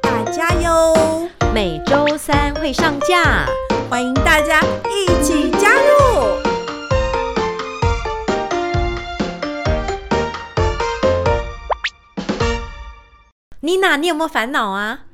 大家哟，每周三会上架。欢迎大家一起加入。妮娜，你有没有烦恼啊？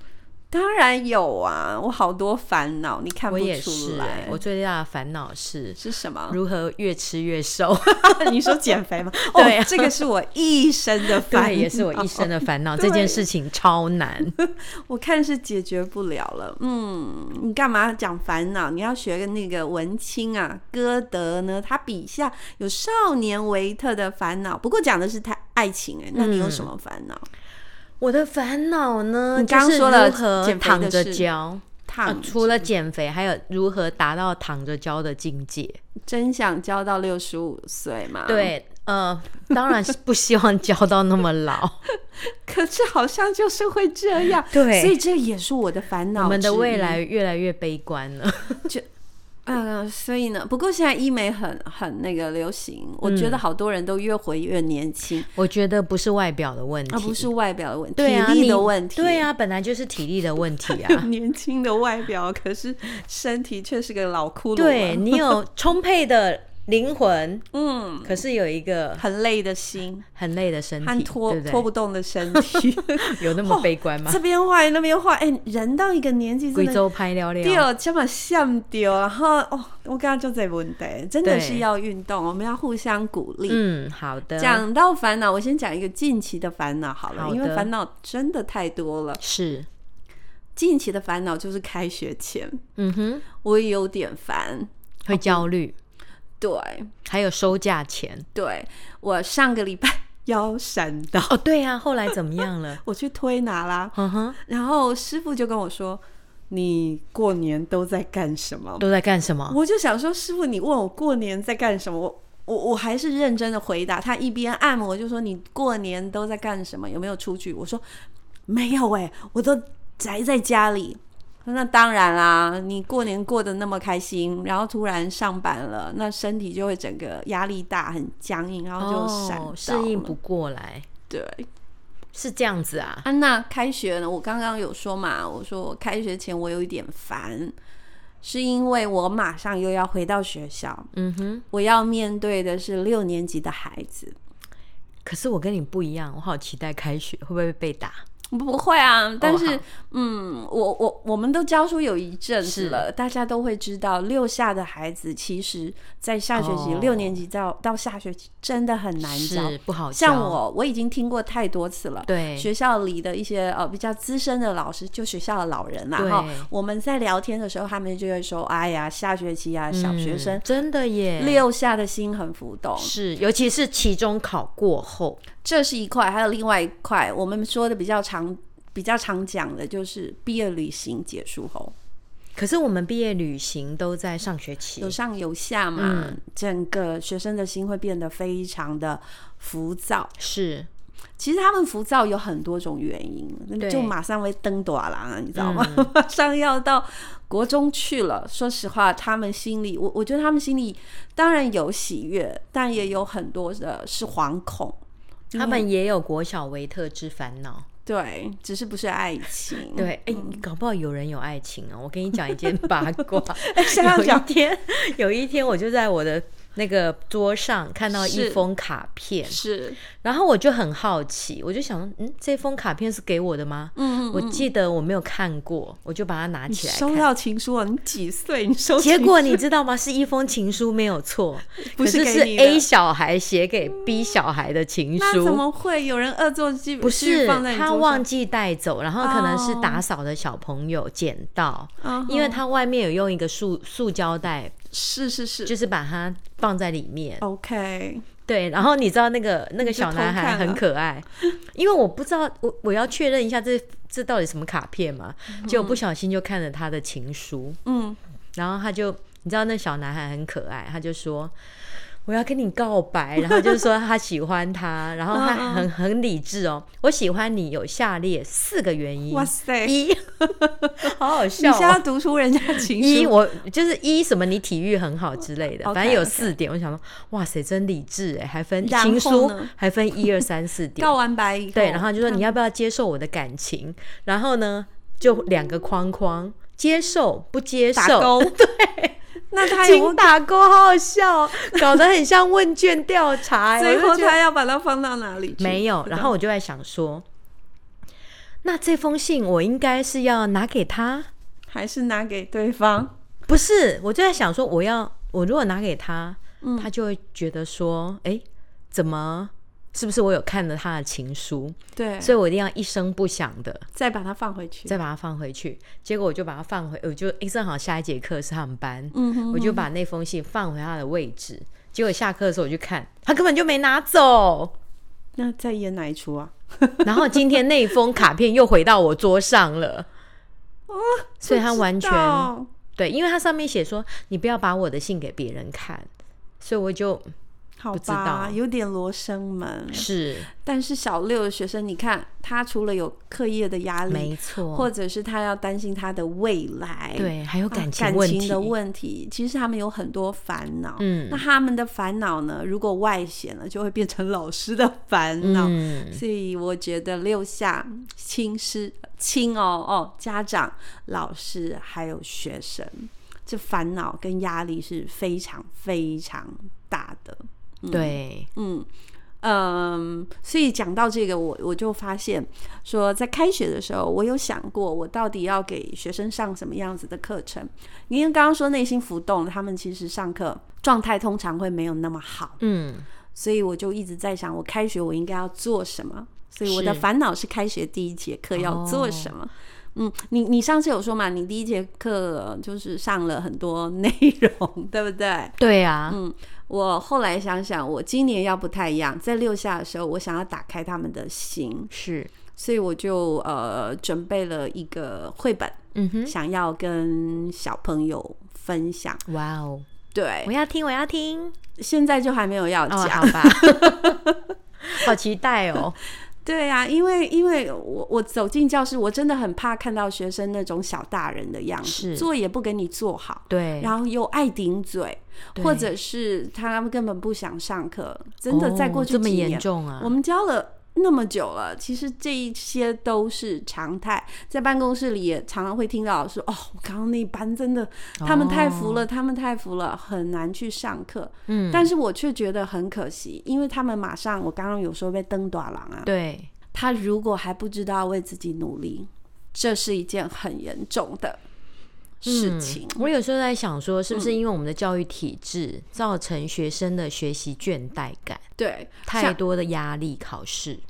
当然有啊，我好多烦恼，你看不我出来。也是、哎我最大的烦恼是是什么？如何越吃越瘦。 你说减肥吗？ 对啊哦，这个是我一生的烦恼，对，也是我一生的烦恼。对这件事情超难。哦我看是解决不了了。嗯，你干嘛讲烦恼？你要学个那个文青啊，歌德呢，他笔下有少年维特的烦恼，不过讲的是他爱情哎、那你嗯有什么烦恼？我的烦恼呢，你刚刚就是说了如何减肥躺的着事教。啊躺、除了减肥，还有如何达到躺着教的境界？真想交到六十五岁嘛？，对，呃， 当然是不希望教到那么 老。 可是好像就是会这样。 对所以这也是我的烦恼。我们的未，来越来越悲观了。 嗯、所以呢，不过现在医美很很那个流行，我觉得嗯好多人都越活越年轻，我觉得不是外表的问题，而啊不是外表的问题，对啊体力你的问题。对啊，本来就是体力的问题 有啊。年轻的外表，可是身体却是个老骷髅、啊。对，你 有充沛的灵魂，嗯，可是有一个很累的心很累的身和体，拖对不拖对？不动的身体， 有那么悲观吗这？边坏那边坏，哎、人到一个年纪真贵啊的。州拍聊聊，掉这么像掉，然后哦，我刚刚就在问题，真的对是要运动，我们要互相鼓励。嗯，好的，讲到烦恼，我先讲一个近期的烦恼好了，好的因为烦恼真的太多了。是，近期的烦恼就是开学前，嗯哼，我也有点烦。会焦虑，对还有收价钱。对，我上个礼拜腰闪到， 哦，对啊，后来怎么样 了？我去推拿啦，嗯哼，然后师傅就跟我说：“你过年都在干什么都在干什？”么？我就想说：“师傅，你问我过年在干什么？”我我我还是认真的回答他，一边按摩就说：“你过年都在干什么？有没有出去？”我说：“没有哎、我都宅在家里。”那当然啦，你过年过得那么开心，然后突然上班了，那身体就会整个压力大，很僵硬，然后就闪到哦，了、适应不过来，对，是这样子啊。安娜开学呢，我刚刚有说嘛，我说我开学前我有一点烦，是因为我马上又要回到学校，嗯哼，我要面对的是六年级的孩子。可是我跟你不一样，我好期待开学，会不会被打？不会啊，但是、好嗯，我我我们都教书有一阵子了，大家都会知道，六下的孩子其实，在下学期、哦六年级到到下学期真的很难教。是不好教。像我，我已经听过太多次了。对学校里的一些呃比较资深的老师，就学校的老人啦、对哈，我们在聊天的时候，他们就会说：“哎呀，下学期啊，嗯小学生、真的耶，六下的心很浮动。是，尤其是期中考过后，”这是一块，还有另外一块，我们说的比较常、比较常讲的就是毕业旅行结束后，可是我们毕业旅行都在上学期有，上有下嘛，嗯整个学生的心会变得非常的浮躁。是其实他们浮躁有很多种原因，对嗯就马上会登短啦，你知道吗？ 马上要到国中去了。说实话，他们心里，我我觉得他们心里当然有喜悦，但也有很多的是惶恐。他们也有国小维特之烦恼。对，只是不是爱情。对，哎、嗯搞不好有人有爱情哦。我跟你讲一件八 卦，哎想想 有一讲天，有一天我就在我的那个桌上看到一是封卡片，是，然后我就很好奇，我就想说，嗯，这封卡片是给我的吗？嗯，我记得我没有看过，我就把它拿你起来收看。到情书了？你几岁？你收结情果你知道吗？是一封情书，没有错，不是可给是是你的 A 小孩写给 B 小孩的情那怎书。么会有人恶作剧？不是放在你他桌忘上记带走，然后可能是哦打扫的小朋友捡到，嗯哼因为他外面有用一个塑塑胶袋，是是是就是把它放在里面。 ，OK，对，然后你知道那个那个小男孩很可爱，因为我不知道我我要确认一下这这到底什么卡片嘛，结果不小心就看了他的情书，嗯，然后他就你知道那小男孩很可爱，他就说。我要跟你告白，然后就说他喜 欢他，然后嗯他很很理智哦。我喜欢你有下列四个原因，哇塞，你嗯一，好好笑、现在哦。读出人家情一，书，我就是一什么，你体育很好之类的，哦 OK，反正有 OK 四点。我想说，哇塞，真理智哎，还分然后情书呢，还分一二三四 点告。完白以后，嗯对，然后就说你要不要接受我的感情？然后呢，就两个框框，接受不接打受？ 勾，对，那他也请打勾，好好笑哦，搞得很像问卷调查哎。我最就后觉得他要把它放到哪里去？没有，然后我就在想说，那这封信我应该是要拿给他。还是拿给对方，不是，我就在想说，我要我如果拿给他，嗯他就会觉得说，哎、怎么是不是我有看了他的情书，对，所以我一定要一声不响的再把它放回去。再把它放回去。结果我就把它放回，我就诶正好下一节课是他们班，嗯哼，我就把那封信放回他的位置。结果下课的时候我去看，他根本就没拿走。 那再演哪一出啊？然后今天那封卡片又回到我桌上了，所以他完全哦不知道对，因为它上面写说你不要把我的信给别人看，所以我就好不知道吧，有点罗生 门。是但是小六的学生，你看他除了有课业的压力，没错，或者是他要担心他的未来，对，还有啊。感情情问题，的问题，其实他们有很多烦恼。嗯那他们的烦恼呢，如果外显了，就会变成老师的烦恼。嗯，所以我觉得六下亲师亲哦哦，家长、老师还有学生，这烦恼跟压力是非常非常大的。对，嗯嗯，所以讲到这个，我我就发现说，在开学的时候，我有想过，我到底要给学生上什么样子的课程？因为刚刚说内心浮动，他们其实上课状态通常会没有那么好。嗯，所以我就一直在想，我开学我应该要做什么？所以我的是烦恼是开学第一节课要做什么？嗯，你你上次有说嘛，你第一节课就是上了很多 内容，对不对？对啊，嗯我后来想想，我今年要不太一样，在六下的时候，我想要打开他们的心，是，所以我就呃准备了一个绘本，嗯哼，想要跟小朋友分享。哇哦，对我，要听，我 要听，现在就还没有要哦，讲。好 吧，好期待哦，对呀、因为因为我我走进教室，我真的很怕看到学生那种小大人的样子，是作业不给你做好，对，然后又爱顶嘴，对或者是他们根本不想上课。真的，哦再过去这么几严年，重啊我，们教了。那么久了，其实这一些都是常态，在办公室里也常常会听到说：“哦，我刚刚那班真的，他们太服了，他们太服了，很难去上课。”哦嗯，但是我却觉得很可惜，因为他们马上，我刚刚有说被登短廊啊，对，他如果还不知道为自己努力，这是一件很严重的事情。我有时候在想说，是嗯不是因为我们的教育体制造成学生的学习倦怠感，对，太像多的压力考试，嗯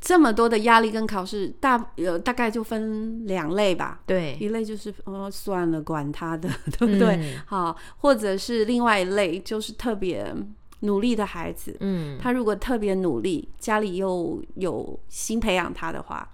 这么多的压力跟考试，大呃大概就分两类吧。对，一类就是哦算了，管他的， 对不对？嗯好，或者是另外一类就是特别努力的孩子，嗯，他如果特别努力，家里又有新培养他的话，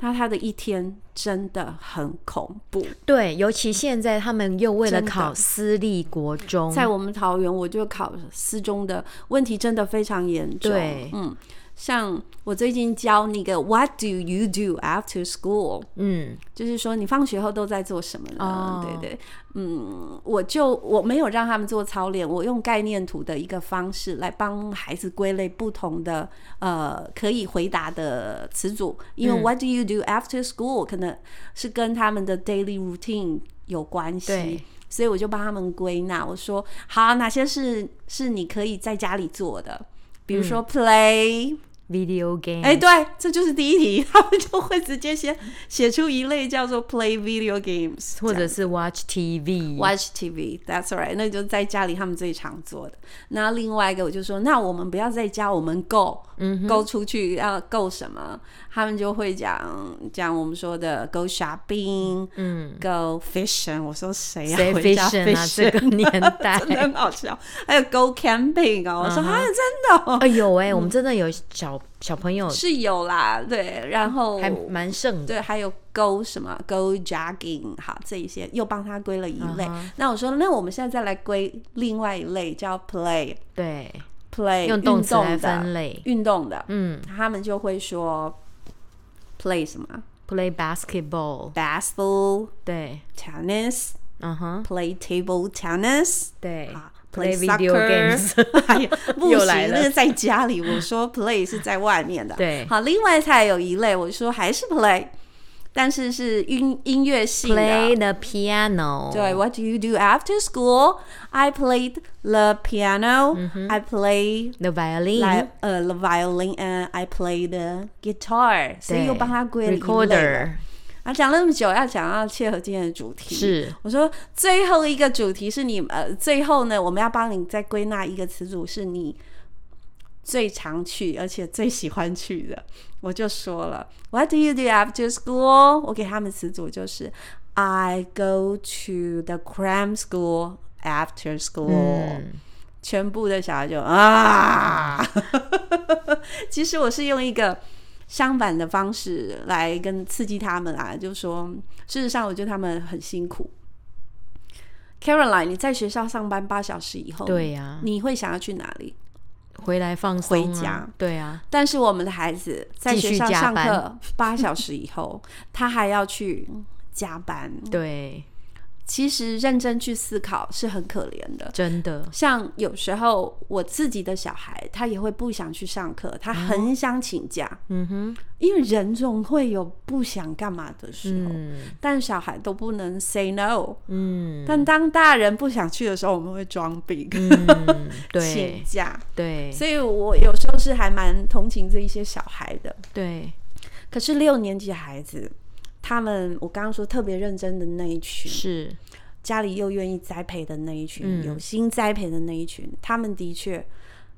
那他的一天真的很恐怖。对，尤其现在他们又为了真的考私立国中，在我们桃园，我就考四中的问题真的非常严重。对嗯，像我最近教那个 What do you do after school？嗯，就是说你放学后都在做什么呢？哦对对，嗯，我就我没有让他们做操练，我用概念图的一个方式来帮孩子归类不同的呃可以回答的词组，因嗯为 What do you do after school 可能是跟他们的 daily routine 有关系对。所以我就帮他们归纳，我说好，哪些是是你可以在家里做的，比嗯如说 play， ，video game，哎、对，这就是第一题， 他们就会直接先写出一类叫做 play video games 或这样者是 watch TV， watch TV，that's right，那就是在家里他们最常做的。那嗯另外一个我就说，那我们不要在家，我们 go，go、出去要 go 什么？他们就会讲讲我们说的 go shopping，嗯， go fishing，我说谁呀、谁回家 fishing 啊这个年代 真的很好笑。还有 go camping 哦，我说嗯哼啊，真的、哦哎有哎，我们真的有小小朋友是哦有啦，对，然后还蛮盛的，对，还有 go 什么 go jogging，好，这一些又帮他归了一类。嗯哼那我说，那我们现在再来归另外一类，叫 play。对， play 用运动动词来的分类，运动的，嗯他们就会说 play 什么，play basketball， basketball、对， tennis、嗯哼， play table tennis。对啊，play video soccer games， 哎呀，不 又行，来了那个在家里。我说 play 是在外面的。对好，另外它还有一类，我说还是 play，但是是音音乐性的。 play the piano，啊对，What do you do after school? I played the piano.、I play ，the violin， like 呃、the violin and I play the guitar. 所以又帮他归了一类了。 recorder，啊，讲了那么久，要讲到切合今天的主题。是，我说最后一个主题是你呃，最后呢，我们要帮你再归纳一个词组，是你最常去而且最喜欢去的。我就说了，What do you do after school？我给他们词组就是 I go to the cram school after school、嗯，全部的小孩就啊，其实我是用一个相反的方式来跟刺激他们啊，就是说，事实上我觉得他们很辛苦。Caroline，你在学校上班八小时以后，对啊呀，你会想要去哪里？回来放松回啊家，对啊，但是我们的孩子在继续学校上加课班八小时以后，他还要去加班。嗯对，其实认真去思考是很可怜的。真的，像有时候我自己的小孩，他也会不想去上课，他哦很想请假，嗯哼，因为人总会有不想干嘛的时候，嗯但小孩都不能 say no。嗯但当大人不想去的时候，我们会装病、 嗯，请对假，对所以我有时候是还蛮同情这一些小孩的。对，可是六年级的孩子，他们我刚刚说特别认真的那一群，是，家里又愿意栽培的那一群，嗯有心栽培的那一群，他们的确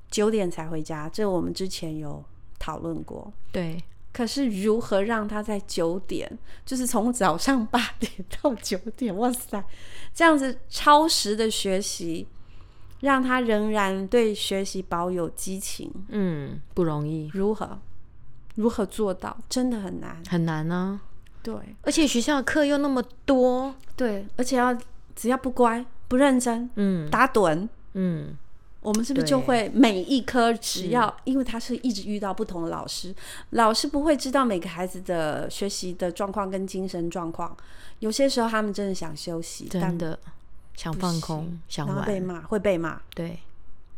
九点才回家，这我们之前有讨论过。对，可是如何让他在九点，就是从早上八点到九点，哇塞，这样子超时的学习，让他仍然对学习保有激情，嗯，不容易，如何？如何做到？真的很难。很难啊，对而且学校的课又那么多，对，而且要只要不乖、不认真、嗯打盹，嗯，我们是不是就对嗯会每一科只要，因为他是一直遇到不同的老师，老师不会知道每个孩子的学习的状况跟精神状况，有些时候他们真的想休息，真的想放空行，想但然后被呃玩，骂，会被骂，对，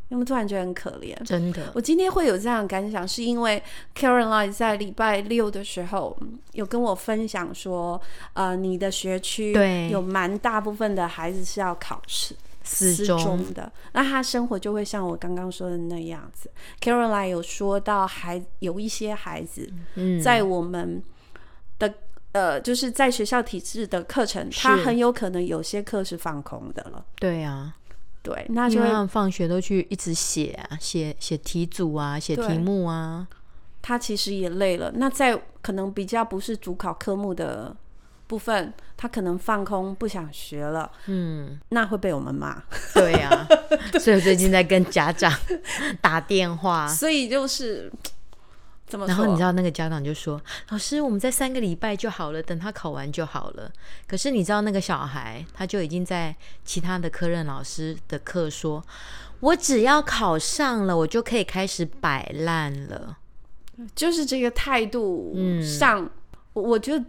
那么突然觉得很可怜。真的，我今天会有这样的感想，是因为 Caroline 在礼拜六的时候嗯有跟我分享说，呃，你的学区对有蛮大部分的孩子是要考试。四中，中的，那他生活就会像我刚刚说的那样子。Caroline 有说到孩，还有一些孩子嗯，在我们的、呃，就是在学校体制的课程，是他很有可能有些课是放空的了。对啊，对，那就因为会他们放学都去一直写啊，写写题组啊，写对题目啊，他其实也累了。那在可能比较不是主考科目的部分，他可能放空不想学了， 嗯，那会被我们骂。对啊，所以我最近在跟家长 打电话。所以就是怎么说？啊啊然后你知道那个家长就说：“老师，我们在三个礼拜就好了，等他考完就好了。”可是你知道那个小孩，他就已经在其他的科任老师的课说：“我只要考上了，我就可以开始摆烂了。就是这个态度嗯上，我我觉得，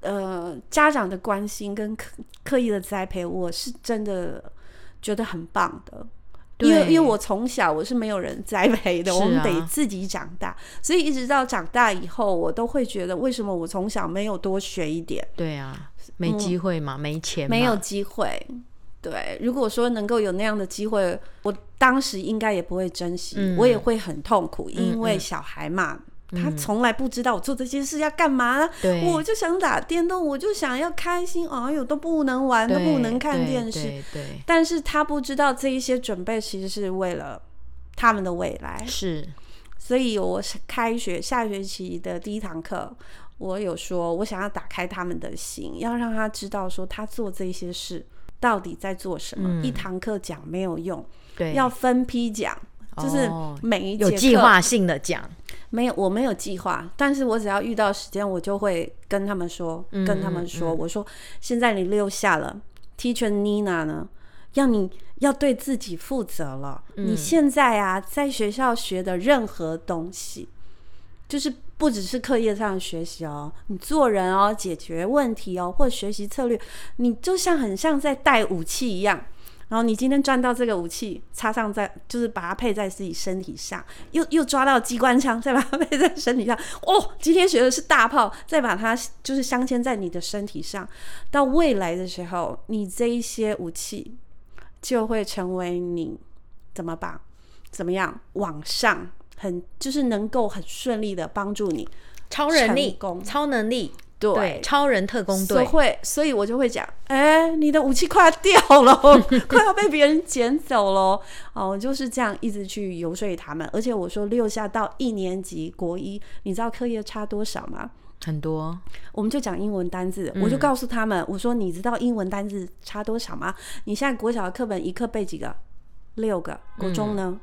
呃，家长的关心跟刻刻意的栽培，我是真的觉得很棒的。对因为因为我从小我是没有人栽培的，是啊我们得自己长大，所以一直到长大以后，我都会觉得为什么我从小没有多学一点，”对啊，没机会嘛，没钱嗯嘛，没有机会。对，如果说能够有那样的机会，我当时应该也不会珍惜，嗯我也会很痛苦，嗯因为小孩嘛，他从来不知道我做这件事要干嘛啊、对，我就想打电动，我就想要开心，哎呦都不能玩，都对不能看对电视。对对但是他不知道这一些准备其实是为了他们的未来，是，所以我是开学下学期的第一堂课，我有说我想要打开他们的心，要让他知道说他做这些事到底在做什么。一堂课讲没有用，嗯对，要分批讲，就是哦每一节有课计划性的讲，没有，我没有计划，但是我只要遇到时间，我就会跟他们说，跟他们说，我说现在你六下了，Teacher Nina 呢，要你要对自己负责了。你现在啊，在学校学的任何东西，就是不只是课业上的学习哦，你做人哦，解决问题哦，或者学习策略，你就像很像在带武器一样。然后你今天赚到这个武器，插上在就是把它配在自己身体上，又又抓到机关枪，再把它 配在身体上。哦，今天学的是大炮，再把它就是镶嵌在你的身体上。到未来的时候，你这一些武器就会成为你怎么把怎么样往上，很就是能够很顺利的帮助你。超人力成功、超能力，对，超人特工所以队，会，所以我就会讲，哎、你的武器快要掉了 哦，快要被别人捡走了哦。哦，我就是这样一直去游说他们，而且我说六下到一年级国一，你知道课业差多少吗？很多我们就讲英文单字，我就告诉他们，我说你知道英文单字差多少吗？你现在国小的课本一课背几个？六个。国中呢，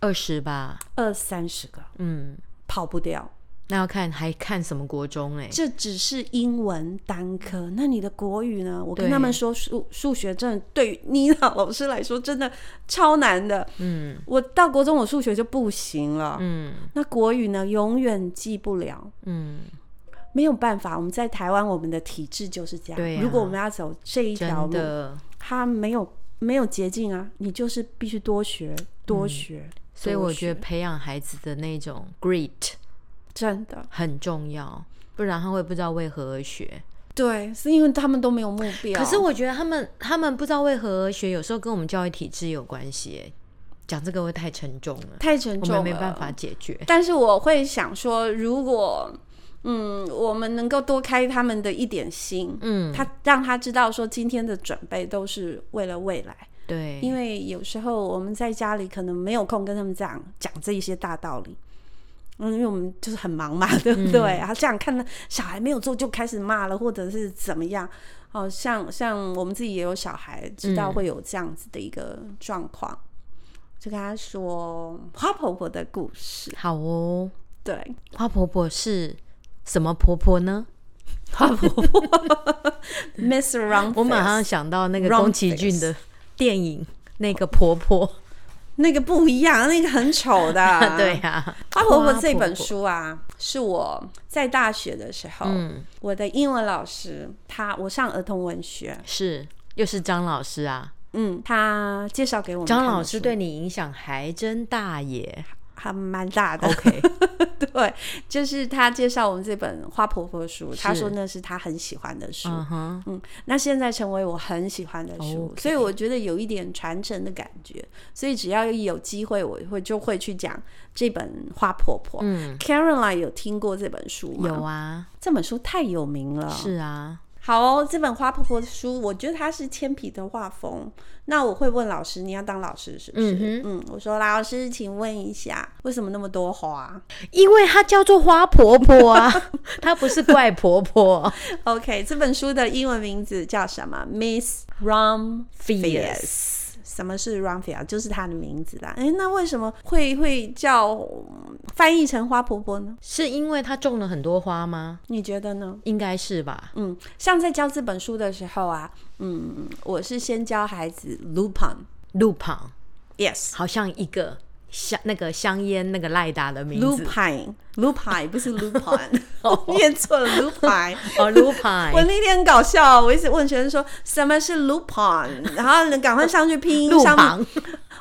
二十吧，二三十个，嗯，跑不掉。那要看还看什么国中哎、这只是英文单科，那你的国语呢？我跟他们说数数学真的对于妮娜老师来说真的超难的。嗯我到国中我数学就不行了，嗯那国语呢永远记不了，嗯，没有办法。我们在台湾我们的体制就是这样，对啊如果我们要走这一条真路，的，它没有没有捷径啊，你就是必须多学多学。嗯所以多我觉得学培养孩子的那种 grit 真的很重要，不然他会不知道为何而学。对，是因为他们都没有目标。可是我觉得他们他们不知道为何而学，有时候跟我们教育体制有关系耶。讲这个会太沉重了，太沉我重了，们没办法解决。但是我会想说，如果嗯，我们能够多开他们的一点心，嗯，他让他知道说今天的准备都是为了未来，对，因为有时候我们在家里可能没有空跟他们讲讲这一些大道理。嗯，因为我们就是很忙嘛， 对嗯不对？然后这样看到小孩没有做就开始骂了，或者是怎么样？哦，像像我们自己也有小孩，知嗯道会有这样子的一个状况，就跟他说花婆婆的故事。好哦。对，花婆婆是什么婆婆呢？花婆婆，Miss Round， 我马上想到那个 Wrong 宫崎骏的电影，那个婆婆。。那个不一样，那个很丑的 对，啊呀、 《花婆婆》这本书啊，是我在大学的时候，嗯，我的英文老师，他我上儿童文学，是又是张老师啊。嗯，他介绍给我们看张的老师书对你影响还真大耶。还蛮大的。 OK， 对，就是他介绍我们这本《花婆婆》书，他是说那是他很喜欢的书。嗯哼，嗯，那现在成为我很喜欢的书 OK 所以我觉得有一点传承的感觉。所以只要有机会，我会就会去讲这本《花婆婆》。嗯 Caroline 有听过这本书吗？有啊，这本书太有名了。是啊，好哦，这本《花婆婆》的书，我觉得它是铅笔的画风。那我会问老师，你要当老师是不是？嗯嗯，我说老师，请问一下，为什么那么多花？因为她叫做花婆婆啊， 她不是怪婆婆。 OK，这本书的英文名字叫什么？Miss Rum Fierce。什么是 Rum Fierce？就是她的名字啦。诶，那为什么会会叫嗯翻译成花婆婆呢？是因为她种了很多花吗？你觉得呢？应该是吧。嗯，像在教这本书的时候啊，嗯，我是先教孩子 Lupin，Yes，路旁好像一个香那个香烟那个赖达的名字 Lupine，Lupine 不是 Lupin，我 念错了 Lupine。哦，路 旁我那天很搞笑，啊我一直问学生说什么是 Lupin，然后赶快上去拼音路上面 旁，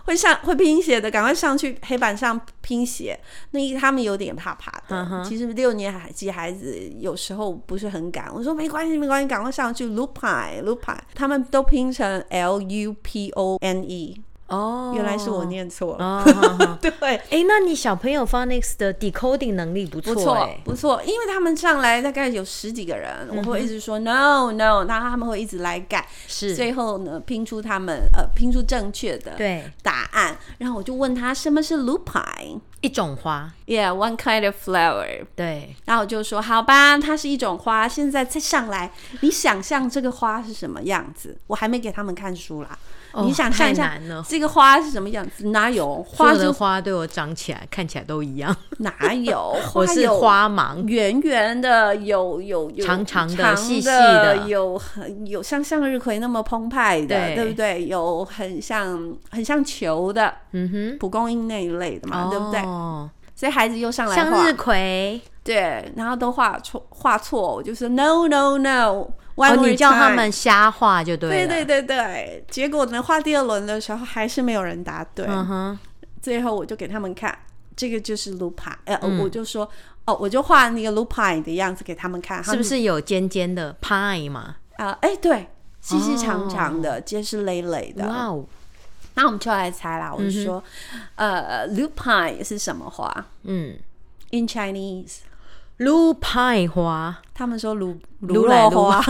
会上会拼写的，赶快上去黑板上拼写。那他们有点怕怕的。嗯其实六年级孩子有时候不是很敢。我说没关系，没关系，赶快上去。Lupine Lupine，他们都拼成 L U P O N E，、哦，原来是我念错了。哦。好好 对，哎、那你小朋友 Phonics 的 decoding 能力不不错错哎、不错，因为他们上来大概有十几个人，嗯我会一直说 no no，那他们会一直来改，是，最后呢拼出他们呃拼出正确的对，答案，然后我就问他什么是 lupine，一种花， Yeah, one kind of flower。对，然后我就说好吧，它是一种花。现在再上来，你想象这个花是什么样子？我还没给他们看书啦。哦你想象一太下难了这个花是什么样子？哪有花所有就的花对我长起来看起来都一样，哪 有花我是有花盲，圆圆的，有有有长长的的，细细的有很有像向日葵那么澎湃的，对不对？有很像很像球的嗯哼，蒲公英那一类的嘛，对不对？哦，所以孩子又上来向画日，葵，对，然后都画错画错，我就说 no no no，哦， one more 你叫他 time 们瞎画就对对了，对对对，结果呢，画第二轮的时候还是没有人答对，嗯哼，最后我就给他们看，这个就是 lupa，呃，嗯我就说，哦，我就画那个 lupa 的样子给他们看，他是们不是有尖尖的 pine 嘛？啊？哎、对，细细长长的，结实累累的。哦哇哦，那我们就来猜啦，我就说，呃，lupa 是什么花 嗯？In Chinese， ，lupine 花，他们说芦芦蒌来芦花。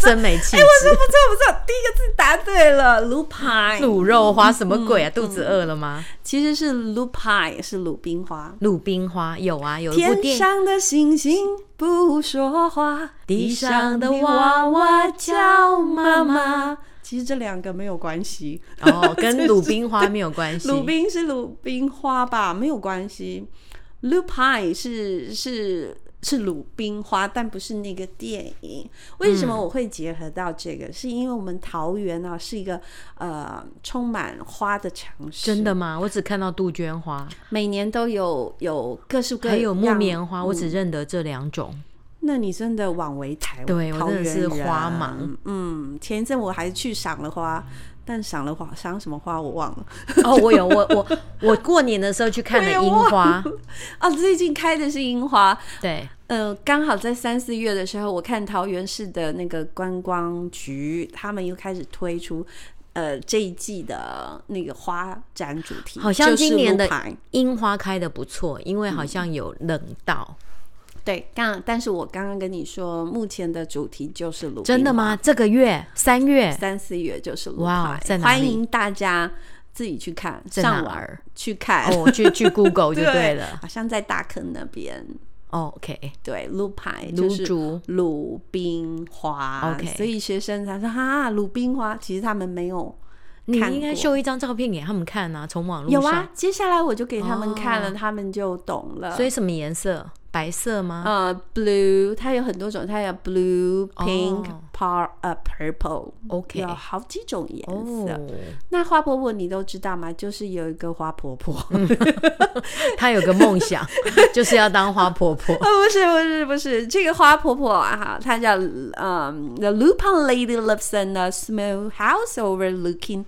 真没不气质，错不错，第一个字答对了，lupa 卤肉花什么鬼啊？肚子饿了吗？其实是 lupa 是鲁冰花。鲁冰花有啊，有一部天电影上的星星不说话，地地上上的的娃娃娃娃叫叫妈妈妈。其实这两个没有关系，哦， 跟鲁冰花没有关系。鲁冰是鲁冰花吧，没有关系。Lupine 是是是鲁冰花，但不是那个电影。为什么嗯我会结合到这个？是因为我们桃园啊是一个呃充满花的城市，真的吗？我只看到杜鹃花，每年都有有各式各还样，有木棉花，我只嗯认得这两种。 那你真的枉为台对我桃真的是园人花盲。嗯，前一阵我还去赏了花，但赏了花赏什么花我忘了。 哦，我有，我我我过年的时候去看了我也樱忘花，啊，最近开的是樱花，对，呃，刚好在三四月的时候，我看桃园市的那个观光局，他们又开始推出。呃，这一季的那个花展主题好像今年的就是路牌樱花开的不错，因为好像有冷到。嗯对，刚但是我刚刚跟你说，目前的主题就是鲁真的冰花吗？这个月三月三四月就是路哇牌在哪欢里迎大家自己去看，在上哪网儿去看。哦，我去去 Google 就对了。好像在大坑那边。哦 OK，对，路牌卤就是煮鲁冰花 OK 所以学生才说啊，鲁冰花，其实他们没有你看应该过秀一张照片给他们看啊，从网络有上。啊啊。接下来我就给他们看了，他们就懂了。所以什么颜色？白色吗？呃，blue 它有很多种，它有 blue、pink、哦 par 呃 purple， OK 有啊好几种颜哦色。，那花婆婆你都知道吗？就是有一个花婆婆，她有个梦想， 就是要当花 婆婆。啊，不是不是不是，这个花婆婆啊，哈，她叫嗯，The Lupin Lady lives in a small house overlooking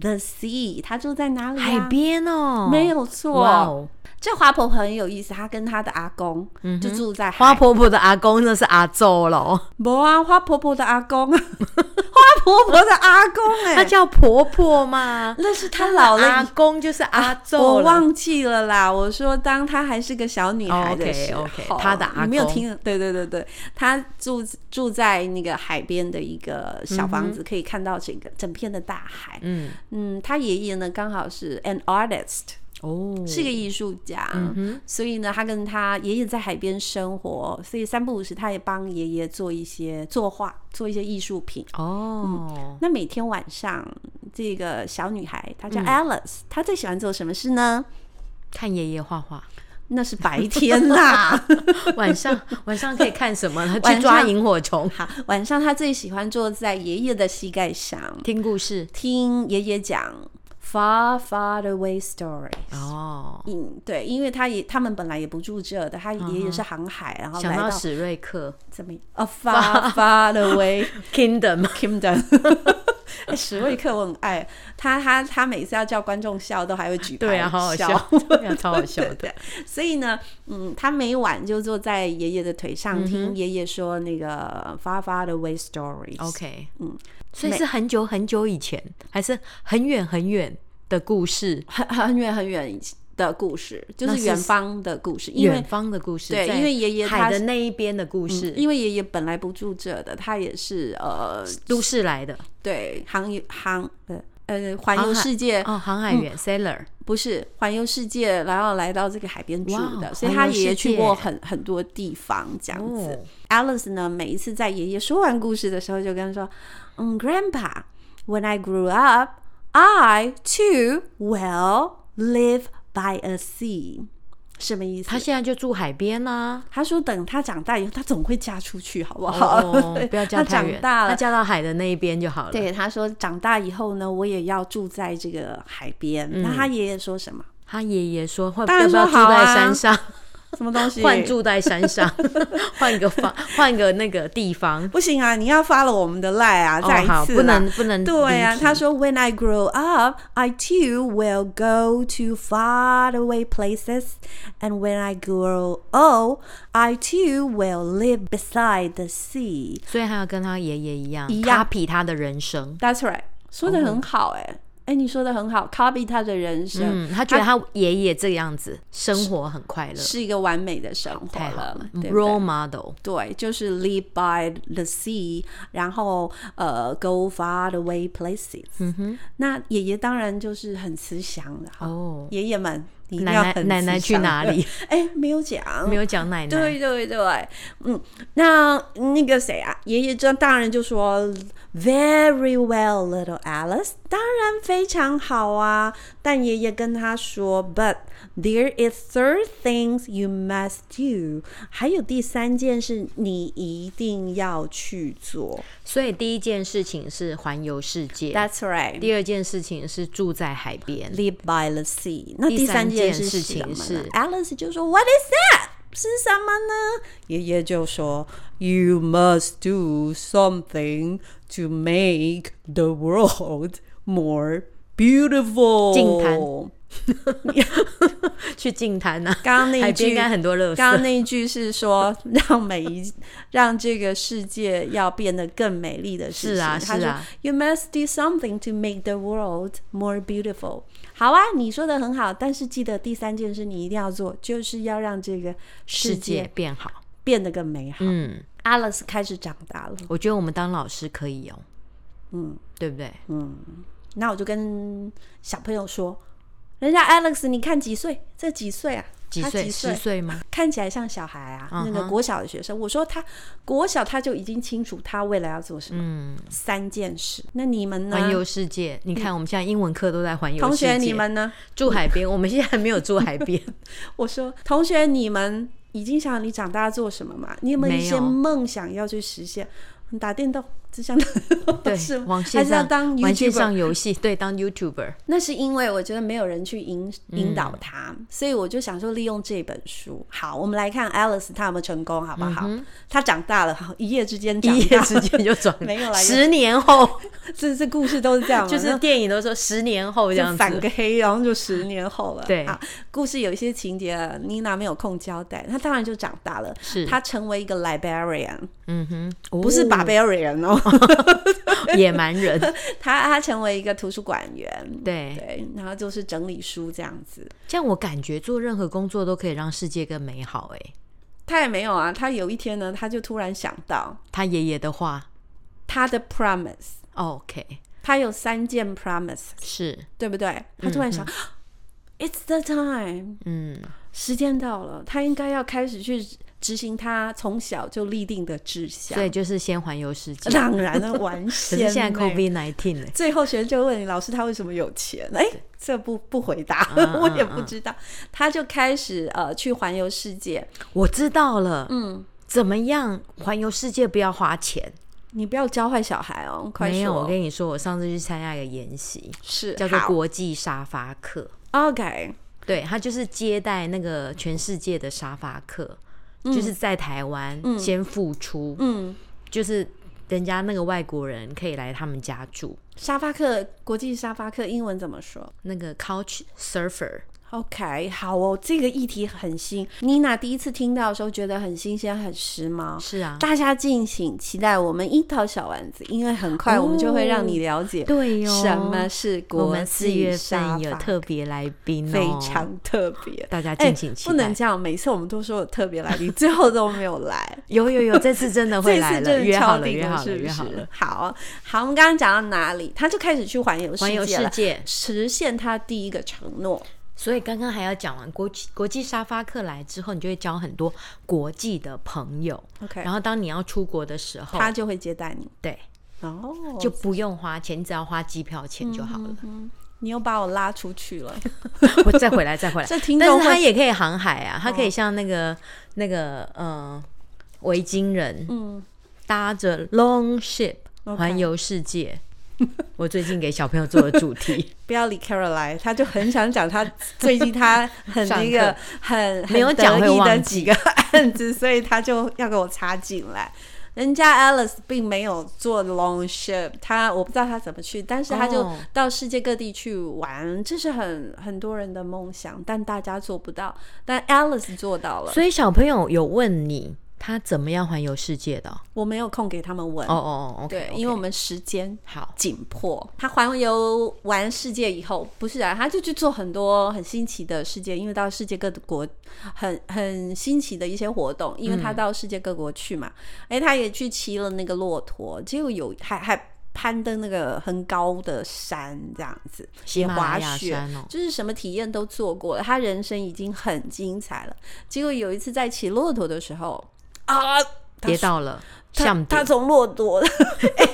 the sea。她住在哪里、啊？海。边哦，没有啊错，哇哦，这花婆婆很有意思，她跟她的阿公、就住在海嗯花婆婆的阿公那是阿周喽，不啊，花婆婆的阿公， 花婆婆的阿 公哎、她叫婆婆嘛，那是她老了以阿公就是阿周我啊了。忘记了啦。我说，当她还是个小女孩的时候，哦，OK，OK，她的阿你没有公听？对对对对，她住住在那个海边的一个小房子，可以看到整个整片的大海。嗯，嗯，她爷爷呢刚好是 an artist，哦，是个艺术家，嗯所以呢，他跟他爷爷在海边生活，所以三不五时他也帮爷爷做一些作画，做一些艺术品。哦，那每天晚上，这个小女孩她嗯叫 Alice，、她最喜欢做什么事呢？看爷爷画画，那是白天啊啦。 晚上晚上可以看什 么呢？晚去抓上萤火虫，好，晚上她最喜欢坐在爷爷的膝盖上，听故事。听爷爷讲 far far away story。哦，嗯，对，因为他也他们本来也不住这的，他爷爷是航海，然后嗯想来到史瑞克怎么 a far far away Kingdom kingdom。哎史瑞克我很爱哎他，他他每次要叫观众笑，都还会举牌对啊，好好笑， 对啊，超好笑的。所以呢，嗯，他每晚就坐在爷爷的腿嗯上，听爷爷说那个 far far away stories。 OK，嗯，所以是很久很久以前，还是很远很远的故事，很 很远很远的故事，就那是是远方的故事，因为远方的故事，对在因为爷爷他海的那一边的故事，因为爷爷本来不住这的，他也是呃，都市来的对，航航呃呃环游航海世界，哦，航海员 sailor，不是环游世界，然后来到这个海边住哇的，所以他环游世爷爷去过界很很多地方这样子。哦 Alice 呢，每一次在爷爷说完故事的时候，就跟他说：“嗯，Grandpa, when I grew up, I too will live by a sea。”什么意思他？现在就住海边啊啦。他说等他长大以后，他总会嫁出去，好不好？ 对哦不要嫁他太长远，大他了。嫁到海的那一边就好了。，对，他说长大以后呢，我也要住在这个海边。嗯那他爷爷说什么？他爷爷说会当然要不要住说好在啊山上， 什么东西？换住在山上，换个方，换个那个地方。不行啊，你要发了我们的赖啊，再哦，好，一次啦、不能不能对啊，离题他说，When I grow up, I too will go to far away places, and when I grow old, I too will live beside the sea. 所以他要跟他爷爷一样一样，copy 他的人生。 That's right，说的很好哎、哎、你说的很好，copy 他的人生、嗯，他觉得他爷爷这样子生活很快乐，是一个完美的生活太好了了，对不对 role model。对，就是 live by the sea，然后呃，go far away places。嗯哼，那爷爷当然就是很慈祥的。哦爷爷们，你一定要奶很奶慈奶奶去祥？哪里？哎，没有讲，没有讲奶奶。对对对，嗯，那那个谁啊，爷爷这当然就说 very well, little Alice，当然非常好啊。但爷爷跟他说，but there is third things you must do，还有第三件事你一定要去做。所以第一件事情是环游世界 That's right。第二件事情是住在海边。 Live by the sea。那第第三三件件事事情是 Alice 就说 What is that？是什么呢？爷爷就说 You must do something to make the world more beautiful。净滩去净滩啊，刚刚那一海边句应该很多乐刚色刚。那一句是说让每一 让这个世界要变得更美丽的事情。是啊他是说啊 You must do something to make the world more beautiful。好啊，你说的很好，但是记得第三件事你一定要做，就是要让这个世世界界变好。变得更美好。嗯， Alice 开始长大了，我觉得我们当老师可以哦。嗯，对不对？嗯那我就跟小朋友说，人家 Alex 你看几岁？这几岁啊？几他岁？几十岁？岁吗？看起来像小孩啊那嗯个哼国小的学生。我说他国小他就已经清楚他未来要做什么，嗯，三件事。那你们环呢？游世界。你看，我们现在英文课都在环游世界。同学你们呢？住海边，我们现在还没有住海边。我说同学你们已经想你长大要做什么嘛？你有没有一没些有梦想要去实现？嗯打电动，只想 对，是吗往还线是要上当玩线 YouTuber？上游戏，对，当 YouTuber。那是因为我觉得没有人去引引导他，嗯所以我就想说利用这本书。好，我们来看 Alice 她有没有成功，好不好？她长大了，好一夜之间长嗯一大夜了，之间就转没有啦有十年后这这故事都是这样嘛， 就是那电影都说十年后这样就反子，个黑，然后就十年后了。对啊，故事有一些情节，妮娜没有空交代，她当然就长大了，是她成为一个 librarian，嗯哼，不是 barbarian 哦， 哦野蛮 人，她她成为一个图书馆员，对，对，然后就是整理书这样子。这样我感觉做任何工作都可以让世界更美好。哎，她也没有啊，她有一天呢，她就突然想到他爷爷的话哦她的 promise， ，OK，她有三件 promise，是，对不对？她突然想、i t s the time。嗯，时间到了，他应该要开始去执行他从小就立定的志向所。以就是先环游 世界。当然了，完可先是呢现在 COVID nineteen 呢？最后学生就问你老师他为什么有钱？哎，这不不回答，啊 我也不知道。他就开始呃去环游世界。我知道了，嗯，怎么样环游世界不要花钱？你不要教坏小孩哦，快没有，我说。跟你说，我上次去参加一个研习，是叫做好国际沙发课。 OK，对他就是接待那个全世界的沙发客，就是在台湾先付出，嗯，就是人家那个外国人可以来他们家住，沙发客国际沙发客英文怎么说？那个 couch surfer， OK，好哦，这个议题很新。妮娜第一次听到的时候觉得很新鲜、很时髦。是啊，大家敬请期待我们樱桃小丸子，因为很快我们就会让你了解哦对哦，什么是我国们四际月沙份有发，特别来宾哦，非常特别。大家哎敬请期待。不能这样，每次我们都说有特别来宾，最后都没有来。 有有有，这次真的 会这来次了，真约的好敲了，定约好了，是不约好是了，？好好，我们刚刚讲到哪里？他就开始去环游环游世界世了，界。实现他第一个承诺。所以刚刚还要讲完国际国际沙发客来之后，你就会交很多国际的朋友。 OK，然后当你要出国的时候，他就会接待你。对，哦，就不用花钱，你只要花机票钱就好了。你又把我拉出去 了。我再回来，再 回来。这听但众是他会也可以航海啊，他可以像那个、那个呃维京人，嗯，搭着 long ship OK 环游世界。我最近给小朋友做的主 题，不要理 Caroline，他就很想讲他最近他很上那个课很很没有讲得会意的忘几个案子，所以他就要给我插进来。人家 Alice 并没有做 long ship，他我不知道他怎么去，但是他就哦到世界各地去玩，这是很很多人的梦想，但大家做不到，但 Alice 做到了。所以小朋友有问你他怎么样环游世界的哦？我没有空给他们问，哦哦哦，OK，嗯对 OK 因为我们时间好紧迫。他环游完世界以后，不是啊，他就去做很多很新奇的世界，因为到世界各国很很新奇的一些活动，因为嗯他到世界各国去嘛。哎、他也去骑了那个骆驼，结果有还还。攀登那个很高的山，这样子喜也马拉滑雅雪山，哦，就是什么体验都做过了。他人生已经很精彩了。结果有一次在骑骆驼的时候，啊，他跌到了他像他从骆驼， 哎、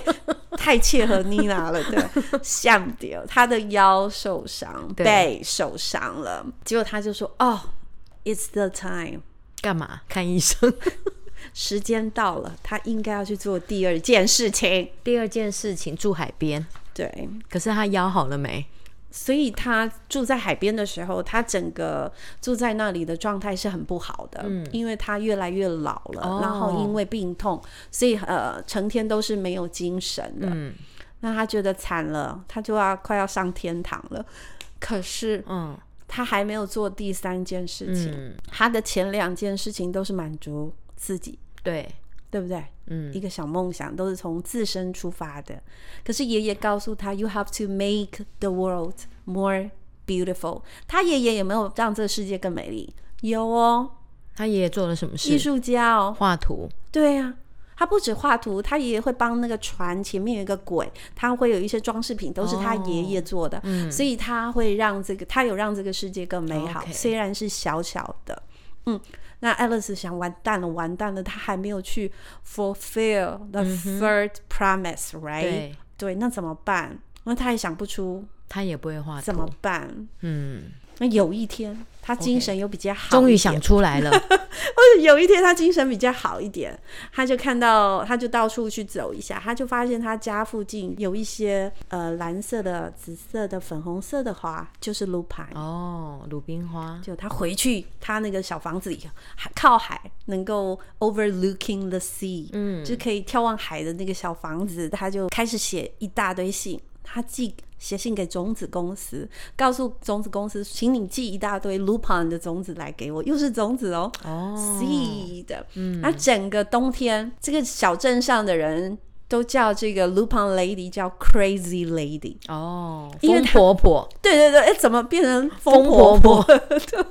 太切合妮娜了，对，像点，他的腰受伤，对背受伤了，结果他就说：“哦、i t s the time，干嘛看医生？ 时间到了，他应该要去做第二件事情。第二件事情住海边，”对，可是他腰好了没？所以他住在海边的时候，他整个住在那里的状态是很不好的，因为他越来越老了，嗯哦然后因为病痛，所以呃，成天都是没有精神的。嗯那他觉得惨了，他就要快要上天堂了。可是嗯他还没有做第三件事情，嗯，他的前两件事情都是满足自己，对，对不对？嗯一个小梦想都是从自身出发的。可是爷爷告诉他，You have to make the world more beautiful。他爷爷有没有让这个世界更美丽？有哦，他爷爷做了什么艺事？术家哦，画图，对呀、他不止画图，他爷爷会帮那个船前面有一个鬼，他会有一些装饰品，都是他爷哦爷做的，嗯所以他会让这个他有让这个世界更美好 OK 虽然是小小的，嗯。那爱丽丝想，完蛋了，完蛋了，他还没有去 fulfill the third promise，right？、嗯对，对，那怎么办？那他也想不出他也不会画怎么图，办。嗯，那有一天，他精神又比较好一点终于想出来 了，有一天他精神比较好一点，他就看到，他就到处去走一下，他就发现他家附近有一些呃蓝色的、紫色的、粉红色的花，就是芦牌。哦，鲁冰花，就他回去他那个小房子里，还靠海，能够 overlooking the sea，嗯，就可以眺望海的那个小房子，他就开始写一大堆信，他寄写信给种子公司，告诉种子公司，请你寄一大堆 lupin 的种子来给我，又是种子哦，哦， seed，嗯，那整个冬天，这个小镇上的人都叫这个 Lupin Lady 叫 Crazy Lady。哦，因为疯他婆婆，对对对，哎，怎么变成疯疯婆婆？ 对，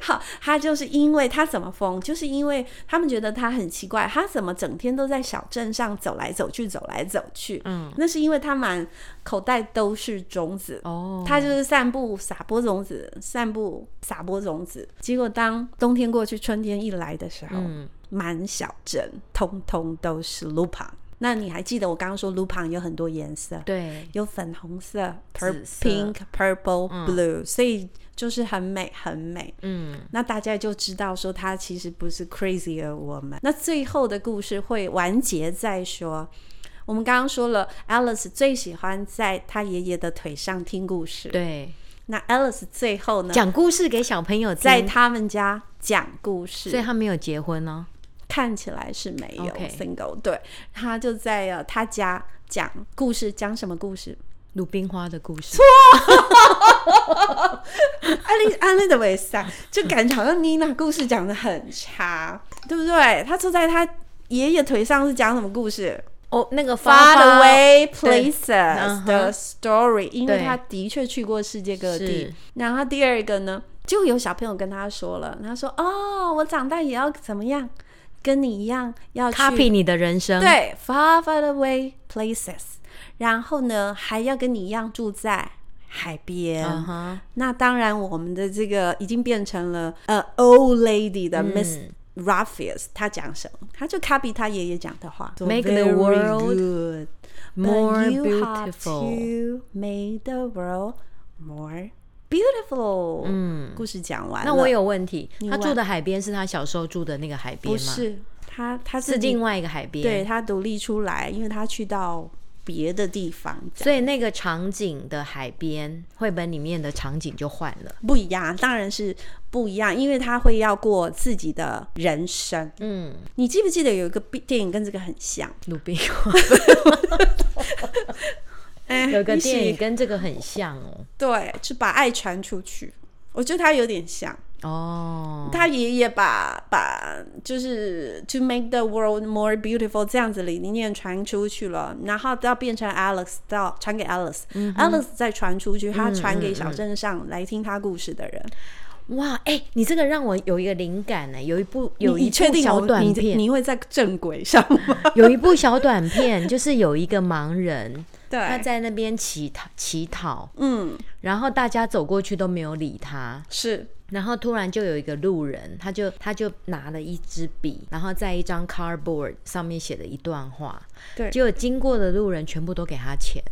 好，她就是因为她怎么疯，就是因为他们觉得她很奇怪，她怎么整天都在小镇上走来走去，走来走去。嗯，那是因为她满口袋都是种子，哦，他就是散步撒播种子，散步撒播种子。结果当冬天过去，春天一来的时候，嗯满小镇通通都是 lupin。那你还记得我刚刚说 lupin 有很多颜色，对，有粉红色、紫 pur 色 pink、purple、blue，、所以就是很美，很美。嗯，那大家就知道说她其实不是 crazy 的我们。那最后的故事会完结在说，我们刚刚说了，Alice 最喜欢在她爷爷的腿上听故事。对，那 Alice 最后呢，讲故事给小朋友在听，他们家讲故所以事，他没有结婚哦，看起来是没有 OK single，对，他就在呃他家讲故事，讲什么故事？鲁冰花的故事。安利安利的维萨，啊就感觉好像妮娜故事讲的很差，对不对？她坐在她爷爷腿上是讲什么故事哦，那个？Far 发发 away 对 places 嗯哼的 story，因为对她的确去过世界各地是。然后第二个呢，就有小朋友跟她说了，她说：“哦，我长大也要怎么样，跟你一样要去 copy 你的人生，，对，far far away places。然后呢，还要跟你一样住在海边。嗯哼，那当然，我们的这个已经变成了呃 old lady 嗯的 Miss、Ruffius，她讲什么？她就 copy 她爷爷讲的话 Make the world good, more but you have beautiful to make the world more beautiful。嗯，故事讲完了。那我有问题，他问住的海边是他小时候住的那个海边不吗？，是她，她是自己另外一个海边。对，她独立出来，因为她去到别的地方，这样所以那个场景的海边，绘本里面的场景就换了。不一样，当然是不一样，因为她会要过自己的人生。嗯，你记不记得有一个电影跟这个很像？鲁冰 花哎有个一起电影跟这个很像哦。对，就把爱传出去。我觉得他有点像，哦，他爷爷把把就是 to make the world more beautiful 这样子理念传出去了，然后到变成 Alex 到传给 Alex，Alex、再传出去，他传给小镇上来听他故事的人。哇，哎、你这个让我有一个灵感呢、有一部有你一你确部定小我短你片，你会在正轨上吗？有一部小短片，就是有一个盲人，他 对，在那边乞讨乞讨，嗯，然后大家走过去都没有理他，是然后突然就有一个路人，他就他就拿了一支笔，然后在一张 cardboard 上面写了一段话，对结果经过的路人全部都给他钱。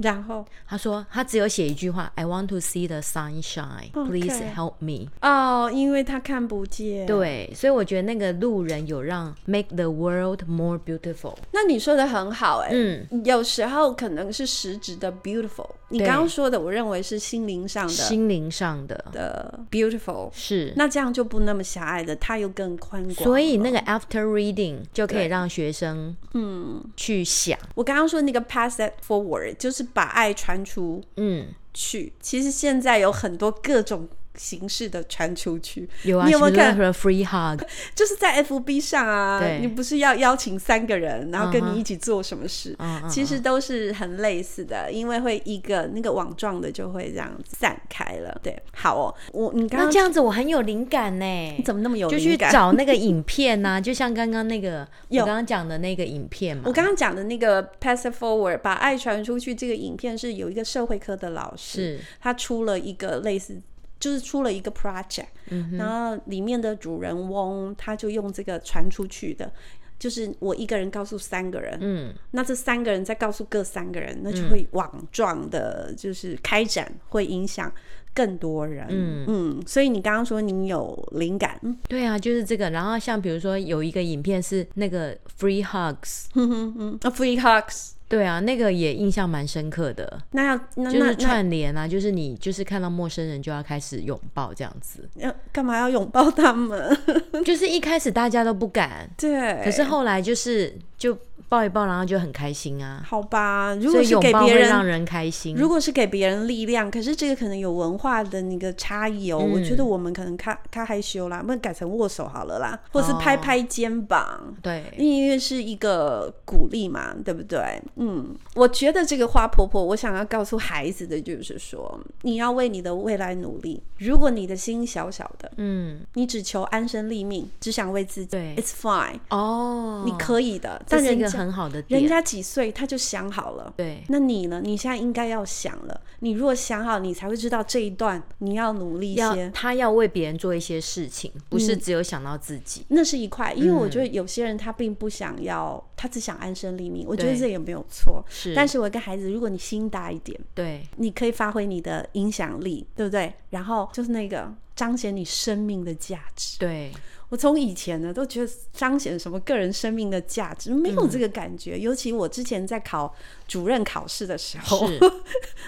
然后他说他只有写一句话：“I want to see the sunshine, please OK help me。哦，因为他看不见。，对，所以我觉得那个路人有让 make the world more beautiful。那你说的很好、哎，嗯，有时候可能是实质的 beautiful，你对刚刚说的，我认为是心灵上的心灵上的的 beautiful，是，那这样就不那么狭隘的，它又更宽广了。所以那个 after reading 就可以让学生嗯去想，我刚刚说那个 pass that forward，就是把爱传出嗯，去。其实现在有很多各种形式的传出去，有啊，你有没有什么看 free hug？ 就是在 FB 上啊，对你不是要邀请三个人，然后跟你一起做什么事嗯嗯其实都是很类似的，因为会一个那个网状的就会这样散开了。对，好哦，我你刚那刚这样子我很有灵感呢、嗯你怎么那么 有就灵去感？找那个影片呐、 就像刚刚那个我有刚刚讲的那个影片嘛我。刚刚讲的那个 pass it forward 把爱传出去这个影片是有一个社会科的老师，是，他出了一个类似。就是出了一个 project，、然嗯后里面的主人翁他就用这个传出去的，就是我一个人告诉三个人，嗯，那这三个人再告诉各三个人，那就会网状的，就是开展会影响更多人。嗯所以你刚刚说你有灵感，嗯对啊，就是这个。然后像比如说有一个影片是那个 free hugs，哼哼哼啊，free hugs，对啊，那个也印象蛮深刻的，那要那就是那那串联啊，就是你就是看到陌生人就要开始拥抱这样 子，要干嘛要拥抱他们？ 就是一开始大家都不敢，对，可是后来就是就抱一抱，然后就很开心啊。好吧，如所果以是拥给抱别会让人。人开心。如果是给别人力量，可是这个可能有文化的那个差异嗯哦。我觉得我们可能太太害羞啦，不然改成握手好了啦，或是拍哦拍肩膀。对，音乐是一个鼓励嘛，对不对？嗯，我觉得这个花婆婆，我想要告诉孩子的就是说，你要为你的未来努力。如果你的心小小的，嗯，你只求安身立命，只想为自己对，It's fine，、哦，你可以的。这但是人一个家很好的点，人家几岁他就想好了。对，那你呢？你现在应该要想了。你如果想好，你才会知道这一段你要努力一些要。嗯他要为别人做一些事情，不是只有想到自己。那是一块，因为我嗯觉得有些人他并不想要，他只想安身立命，我觉得对这也没有错。是但是我跟孩子，如果你心大一点，对，你可以发挥你的影响力，对不对？然后就是那个彰显你生命的价值。 对，我从以前呢都觉得彰显什么个人生命的价值没嗯有这个感觉，尤其我之前在考主任考试的时候，是，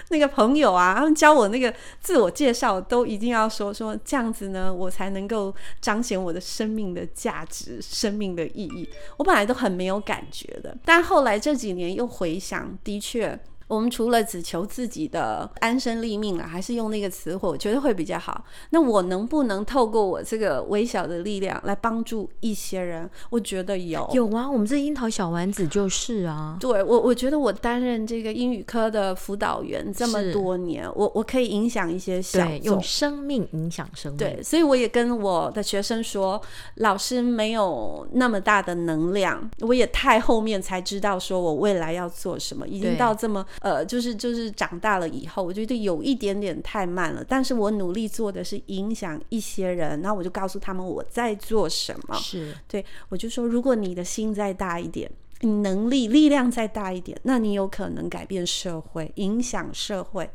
那个朋友啊，他们教我那个自我介绍，都一定要说说这样子呢，我才能够彰显我的生命的价值、生命的意义。我本来都很没有感觉的，但后来这几年又回想，的确。我们除了只求自己的安身立命啊，还是用那个词汇，我觉得会比较好。那我能不能透过我这个微小的力量来帮助一些人？我觉得有。有啊，我们这樱桃小丸子就是啊，对我，我觉得我担任这个英语科的辅导员这么是多年，我我可以影响一些小对，众用。生命影响生命，对，所以我也跟我的学生说，老师没有那么大的能量，我也太后面才知道说我未来要做什么，已经对到这么呃，就是就是长大了以后，我觉得有一点点太慢了。但是我努力做的是影响一些人，然后我就告诉他们我在做什么。是对我就说，如果你的心再大一点。你能力、力量再大一点，那你有可能改变社会，影响社会，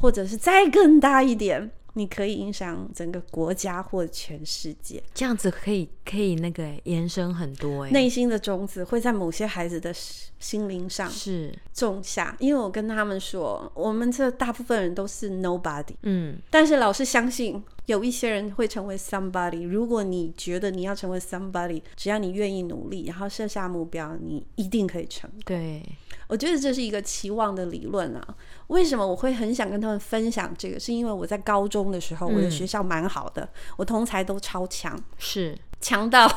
或者是再更大一点，你可以影响整个国家或全世界。这样子可以可以那个延伸很多哎、内心的种子会在某些孩子的心灵上是种下，因为我跟他们说，我们这大部分人都是 nobody，嗯但是老师相信有一些人会成为 somebody。如果你觉得你要成为 somebody，只要你愿意努力，然后设下目标，你一定可以成。对我觉得这是一个期望的理论啊。为什么我会很想跟他们分享这个？是因为我在高中的时嗯候，我的学校蛮好的，我同才都超强，是强到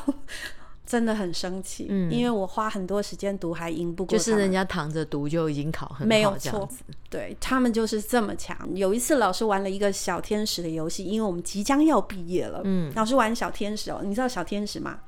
真的很生气，嗯因为我花很多时间读还赢不过就他是们人家躺着读就已经考很没好有这样错子，对他们就是这么强。有一次老师玩了一个小天使的游戏，因为我们即将要毕业了，嗯，老师玩小天使哦，你知道小天使吗？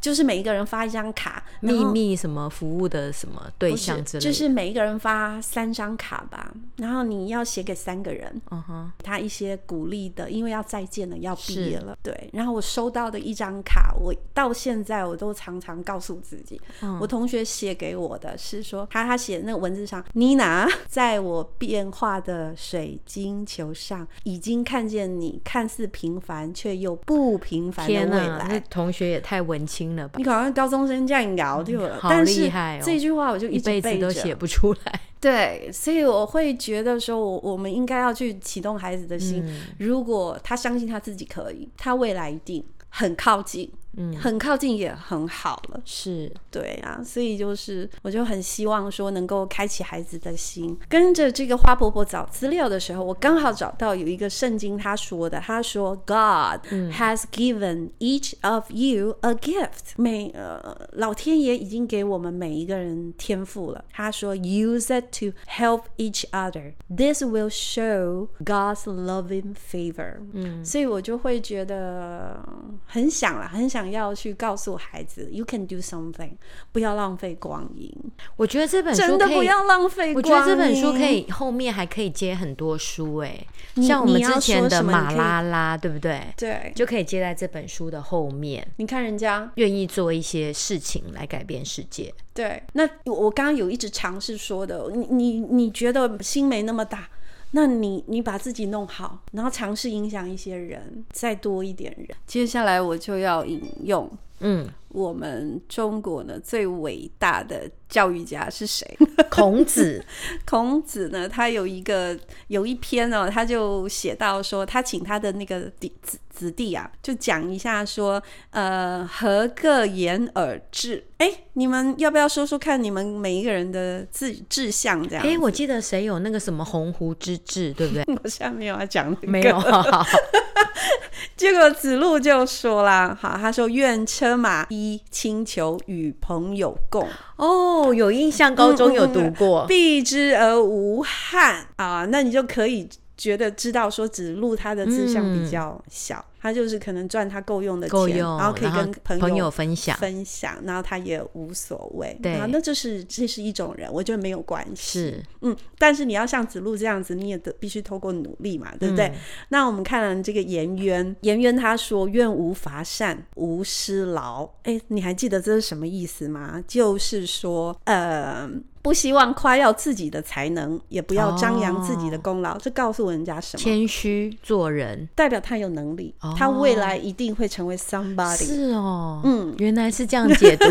就是每一个人发一张卡，然秘后密什么服务的什么对不是象之类的，就是每一个人发三张卡吧，然后你要写给三个人，嗯哼他一些鼓励的，因为要再见了，要毕业了，对。然后我收到的一张卡，我到现在我都常常告诉自己，嗯我同学写给我的是说，他他写的那个文字上，妮娜，在我变化的水晶球上，已经看见你看似平凡却又不平凡的天未呐，那来。同学也太文青了吧，你搞像高中生这样聊对吧？好但厉是害哦这句话我就一一直背辈子都着写不出来， 对，所以我会觉得说我，我们应该要去启动孩子的心。如果他相信他自己可以，他未来一定很靠近，嗯，很靠近也很好了。是对啊，所以就是我就很希望说能够开启孩子的心。跟着这个花婆婆找资料的时候，我刚好找到有一个圣经他说的，他说 God has given each of you a gift，每呃老天爷已经给我们每一个人天赋了。他说 Use it to help each other. This will show God's loving favor. 嗯，所以我就会觉得很想啦，很想要去告诉孩子，You can do something，不要浪费光阴，我觉得这本书真的可不以。要浪费我光阴。觉得这本书可以后面还可以接很多书哎、你像我们你要之前说的什么你马可以拉拉，对不对？对，就可以接在这本书的后面，你看人家。愿意做一些事情来改变世界。对，那我我刚刚有一直尝试说的，你你你觉得心没那么大，那你你把自己弄好，然后尝试影响一些人，再多一点人。接下来我就要引用嗯，我们中国呢最伟大的教育家是谁？孔子孔子呢，他有一个有一篇哦，他就写到说，他请他的那个弟子子弟啊，就讲一下说，呃，何个言而志？哎，你们要不要说说看你们每一个人的志志向这样？ 哎、我记得谁有那个什么鸿鹄之志，对不对？我现在 没有要讲、那个，没有，啊，结果子路就说啦，好，他说愿车马衣轻裘与朋友共。 哦，有印象，高中有读过。避之而无憾啊，那你就可以觉得知道说子路他的志向比较小，他就是可能赚他够用的嗯够钱，用，然后可以跟嗯朋朋友分享，分享，然后他也无所谓，对啊，那就是这是一种人，我觉得没有关系，是嗯，但是你要像子路这样子，你也得必须透过努力嘛，对不嗯对？那我们看这个颜渊，颜渊他说：“愿无乏善，无失劳。”哎，你还记得这是什么意思吗？就是说，呃。不希望夸耀自己的才能，也不要张扬自己的功劳。这告诉人家什么？谦虚做人，代表他有能力，他未来一定会成为 somebody。哦是哦，嗯，原来是这样解 读，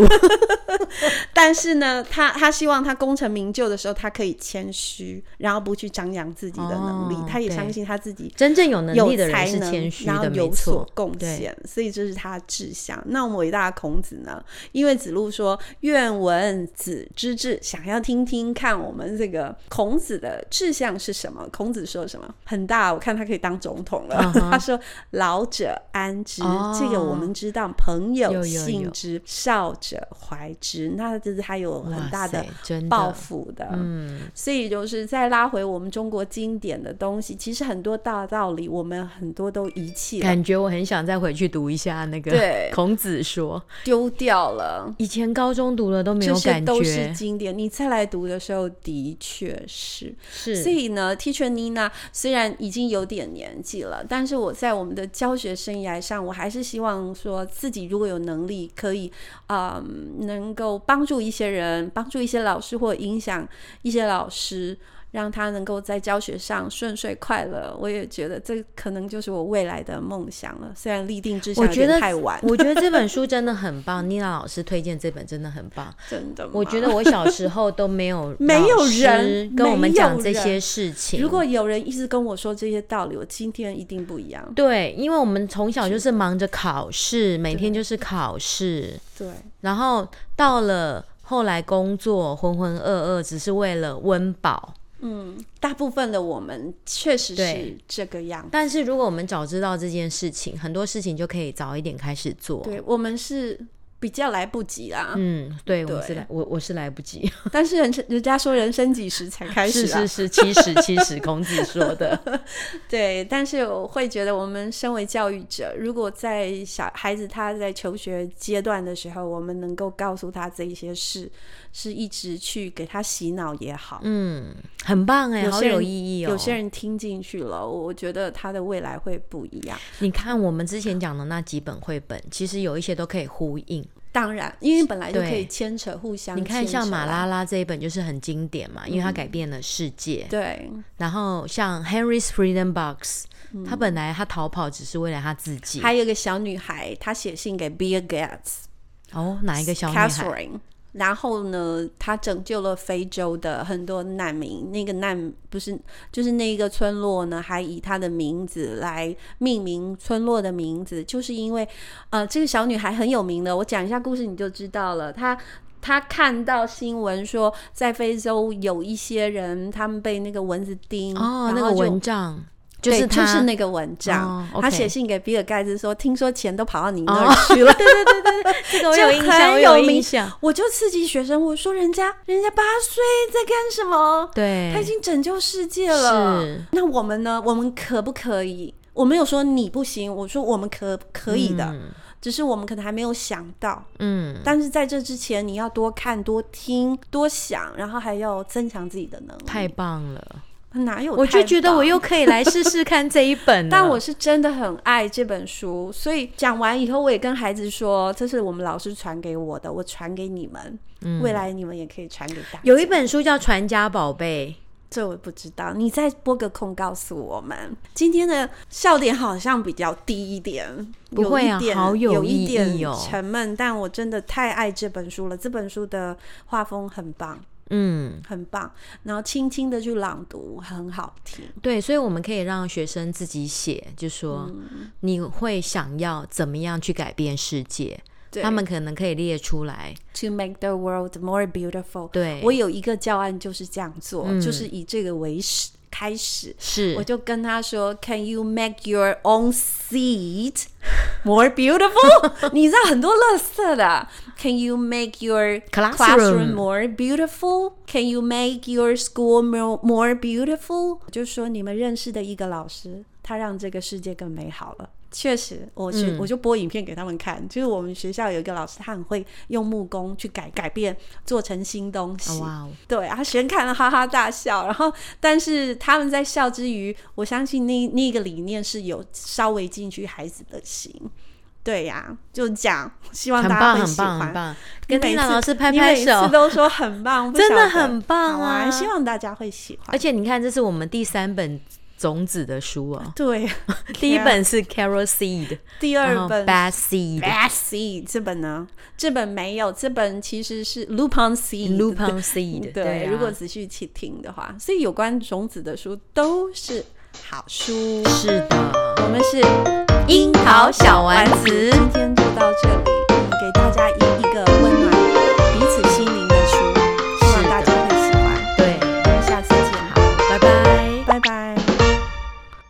但是呢，他他希望他功成名就的时候，他可以谦虚，然后不去张扬自己的能力。哦他也对相信他自己真正有能力的有才人是能谦虚然后的，没有所错，贡对献，所以这是他的志向。那我们伟大的孔子呢？因为子路说：“愿闻子之志。”想要听听看我们这个孔子的志向是什么？孔子说什么？很大，我看他可以当总统了。嗯 哼他说：“老者安之。哦这个我们知道，朋友有有信有之，少者怀之。那就是他有很哇大的塞真的抱负的。嗯，所以就是再拉回我们中国经典的东西，其实很多大道理我们很多都遗弃了，感觉我很想再回去读一下那对个 孔子说，丢掉了。以前高中读了都没这有些感都是觉，经典，你再来读的时候，的确是。是所 以呢，Teacher Nina 虽然已经有点年纪了，但是我在我们的教学生涯上，我还是希望说自己如果有能力，可以嗯，能够帮助一些人，帮助一些老师或影响一些老师，让他能够在教学上顺遂快乐。我也觉得这可能就是我未来的梦想了，虽然立定志向我有觉点得，太晚我觉得这本书真的很棒，妮娜老师推荐这本真的很棒。真的吗。我觉得我小时候都没有 没有老师人跟我们没讲有这些人事情。如果有人一直跟我说这些道理，我今天一定不一样。对，因为我们从小就是忙着考试，每天就是考试，对，然后到了后来工作浑浑噩噩，只是为了温饱。嗯，大部分的我们确实是对这个样子。但是如果我们早知道这件事情，很多事情就可以早一点开始做。对，啊我们是比较来不及啦，嗯，对，我对们是来，我我是来不及。但是人生人家说人生几十才开始是啊， 是是，七十七十，孔子说 的。对，但是我会觉得，我们身为教育者，如果在小孩子他在求学阶段的时候，我们能够告诉他这一些事，是一直去给他洗脑也好，嗯，很棒哎，好些人有意义哦。有些人听进去了，我我觉得他的未来会不一样。你看我们之前讲的那几本绘本，其实有一些都可以呼应。当然，因为本来就可以对牵扯，互相你看，牵扯像马啦，拉拉这一本就是很经典嘛，因为它嗯改变了世界。对然后像 Henry's Freedom Box，、他本来他逃跑只是为了他自嗯己。还有一个小女孩，她写信给 Bill Gates 哦，哪一个小女孩？ Catherine，然后呢，她拯救了非洲的很多难民。那个难不是就是那一个村落呢，还以她的名字来命名村落的名字，就是因为呃，这个小女孩很有名的。我讲一下故事你就知道了。她她看到新闻说，在非洲有一些人他们被那个蚊子叮，哦，然那后个就文章就对是他，就是那个文章哦，，OK 哦他写信给比尔盖茨说，听说钱都跑到你那儿去 了。对对对对对，这个我就有印很象，我有有名印象。我就刺激学生，我说人家人家八岁在干什么？对，他已经拯救世界了。是那我们呢？我们可不可以？我没有说你不行，我说我们可可以的，只是我们可能还没有想到。嗯，但是在这之前，你要多看、多听、多想，然后还要增强自己的能力。太棒了！哪有？我就觉得我又可以来试试看这一本 了。但我是真的很爱这本书，所以讲完以后，我也跟孩子说，这是我们老师传给我的，我传给你们，嗯未来你们也可以传给大家。有一本书叫《传家宝贝这我不知道，你再拨个空告诉我们。今天的笑点好像比较低一点，不会啊有一点好有有一意义哦点沉闷，但我真的太爱这本书了。这本书的画风很棒，》。嗯，很棒，然后轻轻的去朗读，很好听。对，所以我们可以让学生自己写，就说嗯你会想要怎么样去改变世界，对他们可能可以列出来。 To make the world more beautiful，对，我有一个教案就是这样做，嗯就是以这个为始开始。是我就跟他说，Can you make your own seat more beautiful？你知道很多垃圾的。Can you make your Classroom more beautiful？Can you make your school more more beautiful？我就说你们认识的一个老师，他让这个世界更美好了。确实，我去、嗯我就播影片给他们看，就是我们学校有一个老师，他很会用木工去改改变，做成新东西。哇哦，对啊，学生看了哈哈大笑，然后但是他们在笑之余，我相信那那个理念是有稍微进去孩子的心。对呀、就讲，希望很大家棒，会很喜棒，欢很。棒！你跟每蒂娜次老师拍拍你每手次。都说很棒，不真的晓得很棒好啊！啊希望大家会喜欢而。且你看，这是我们第三本种子的 书哦。 对，第一本是 Carol Seed，第然二后本哦 Bad Seed。 Bad Seed 这本呢，这本没有，这本其实是 Lupin Seed。 Lupin Seed，对，啊如果仔细去听的话，所以有关种子的书都是好书。是的，我们是樱桃小丸子今天就到这里，我们给大家一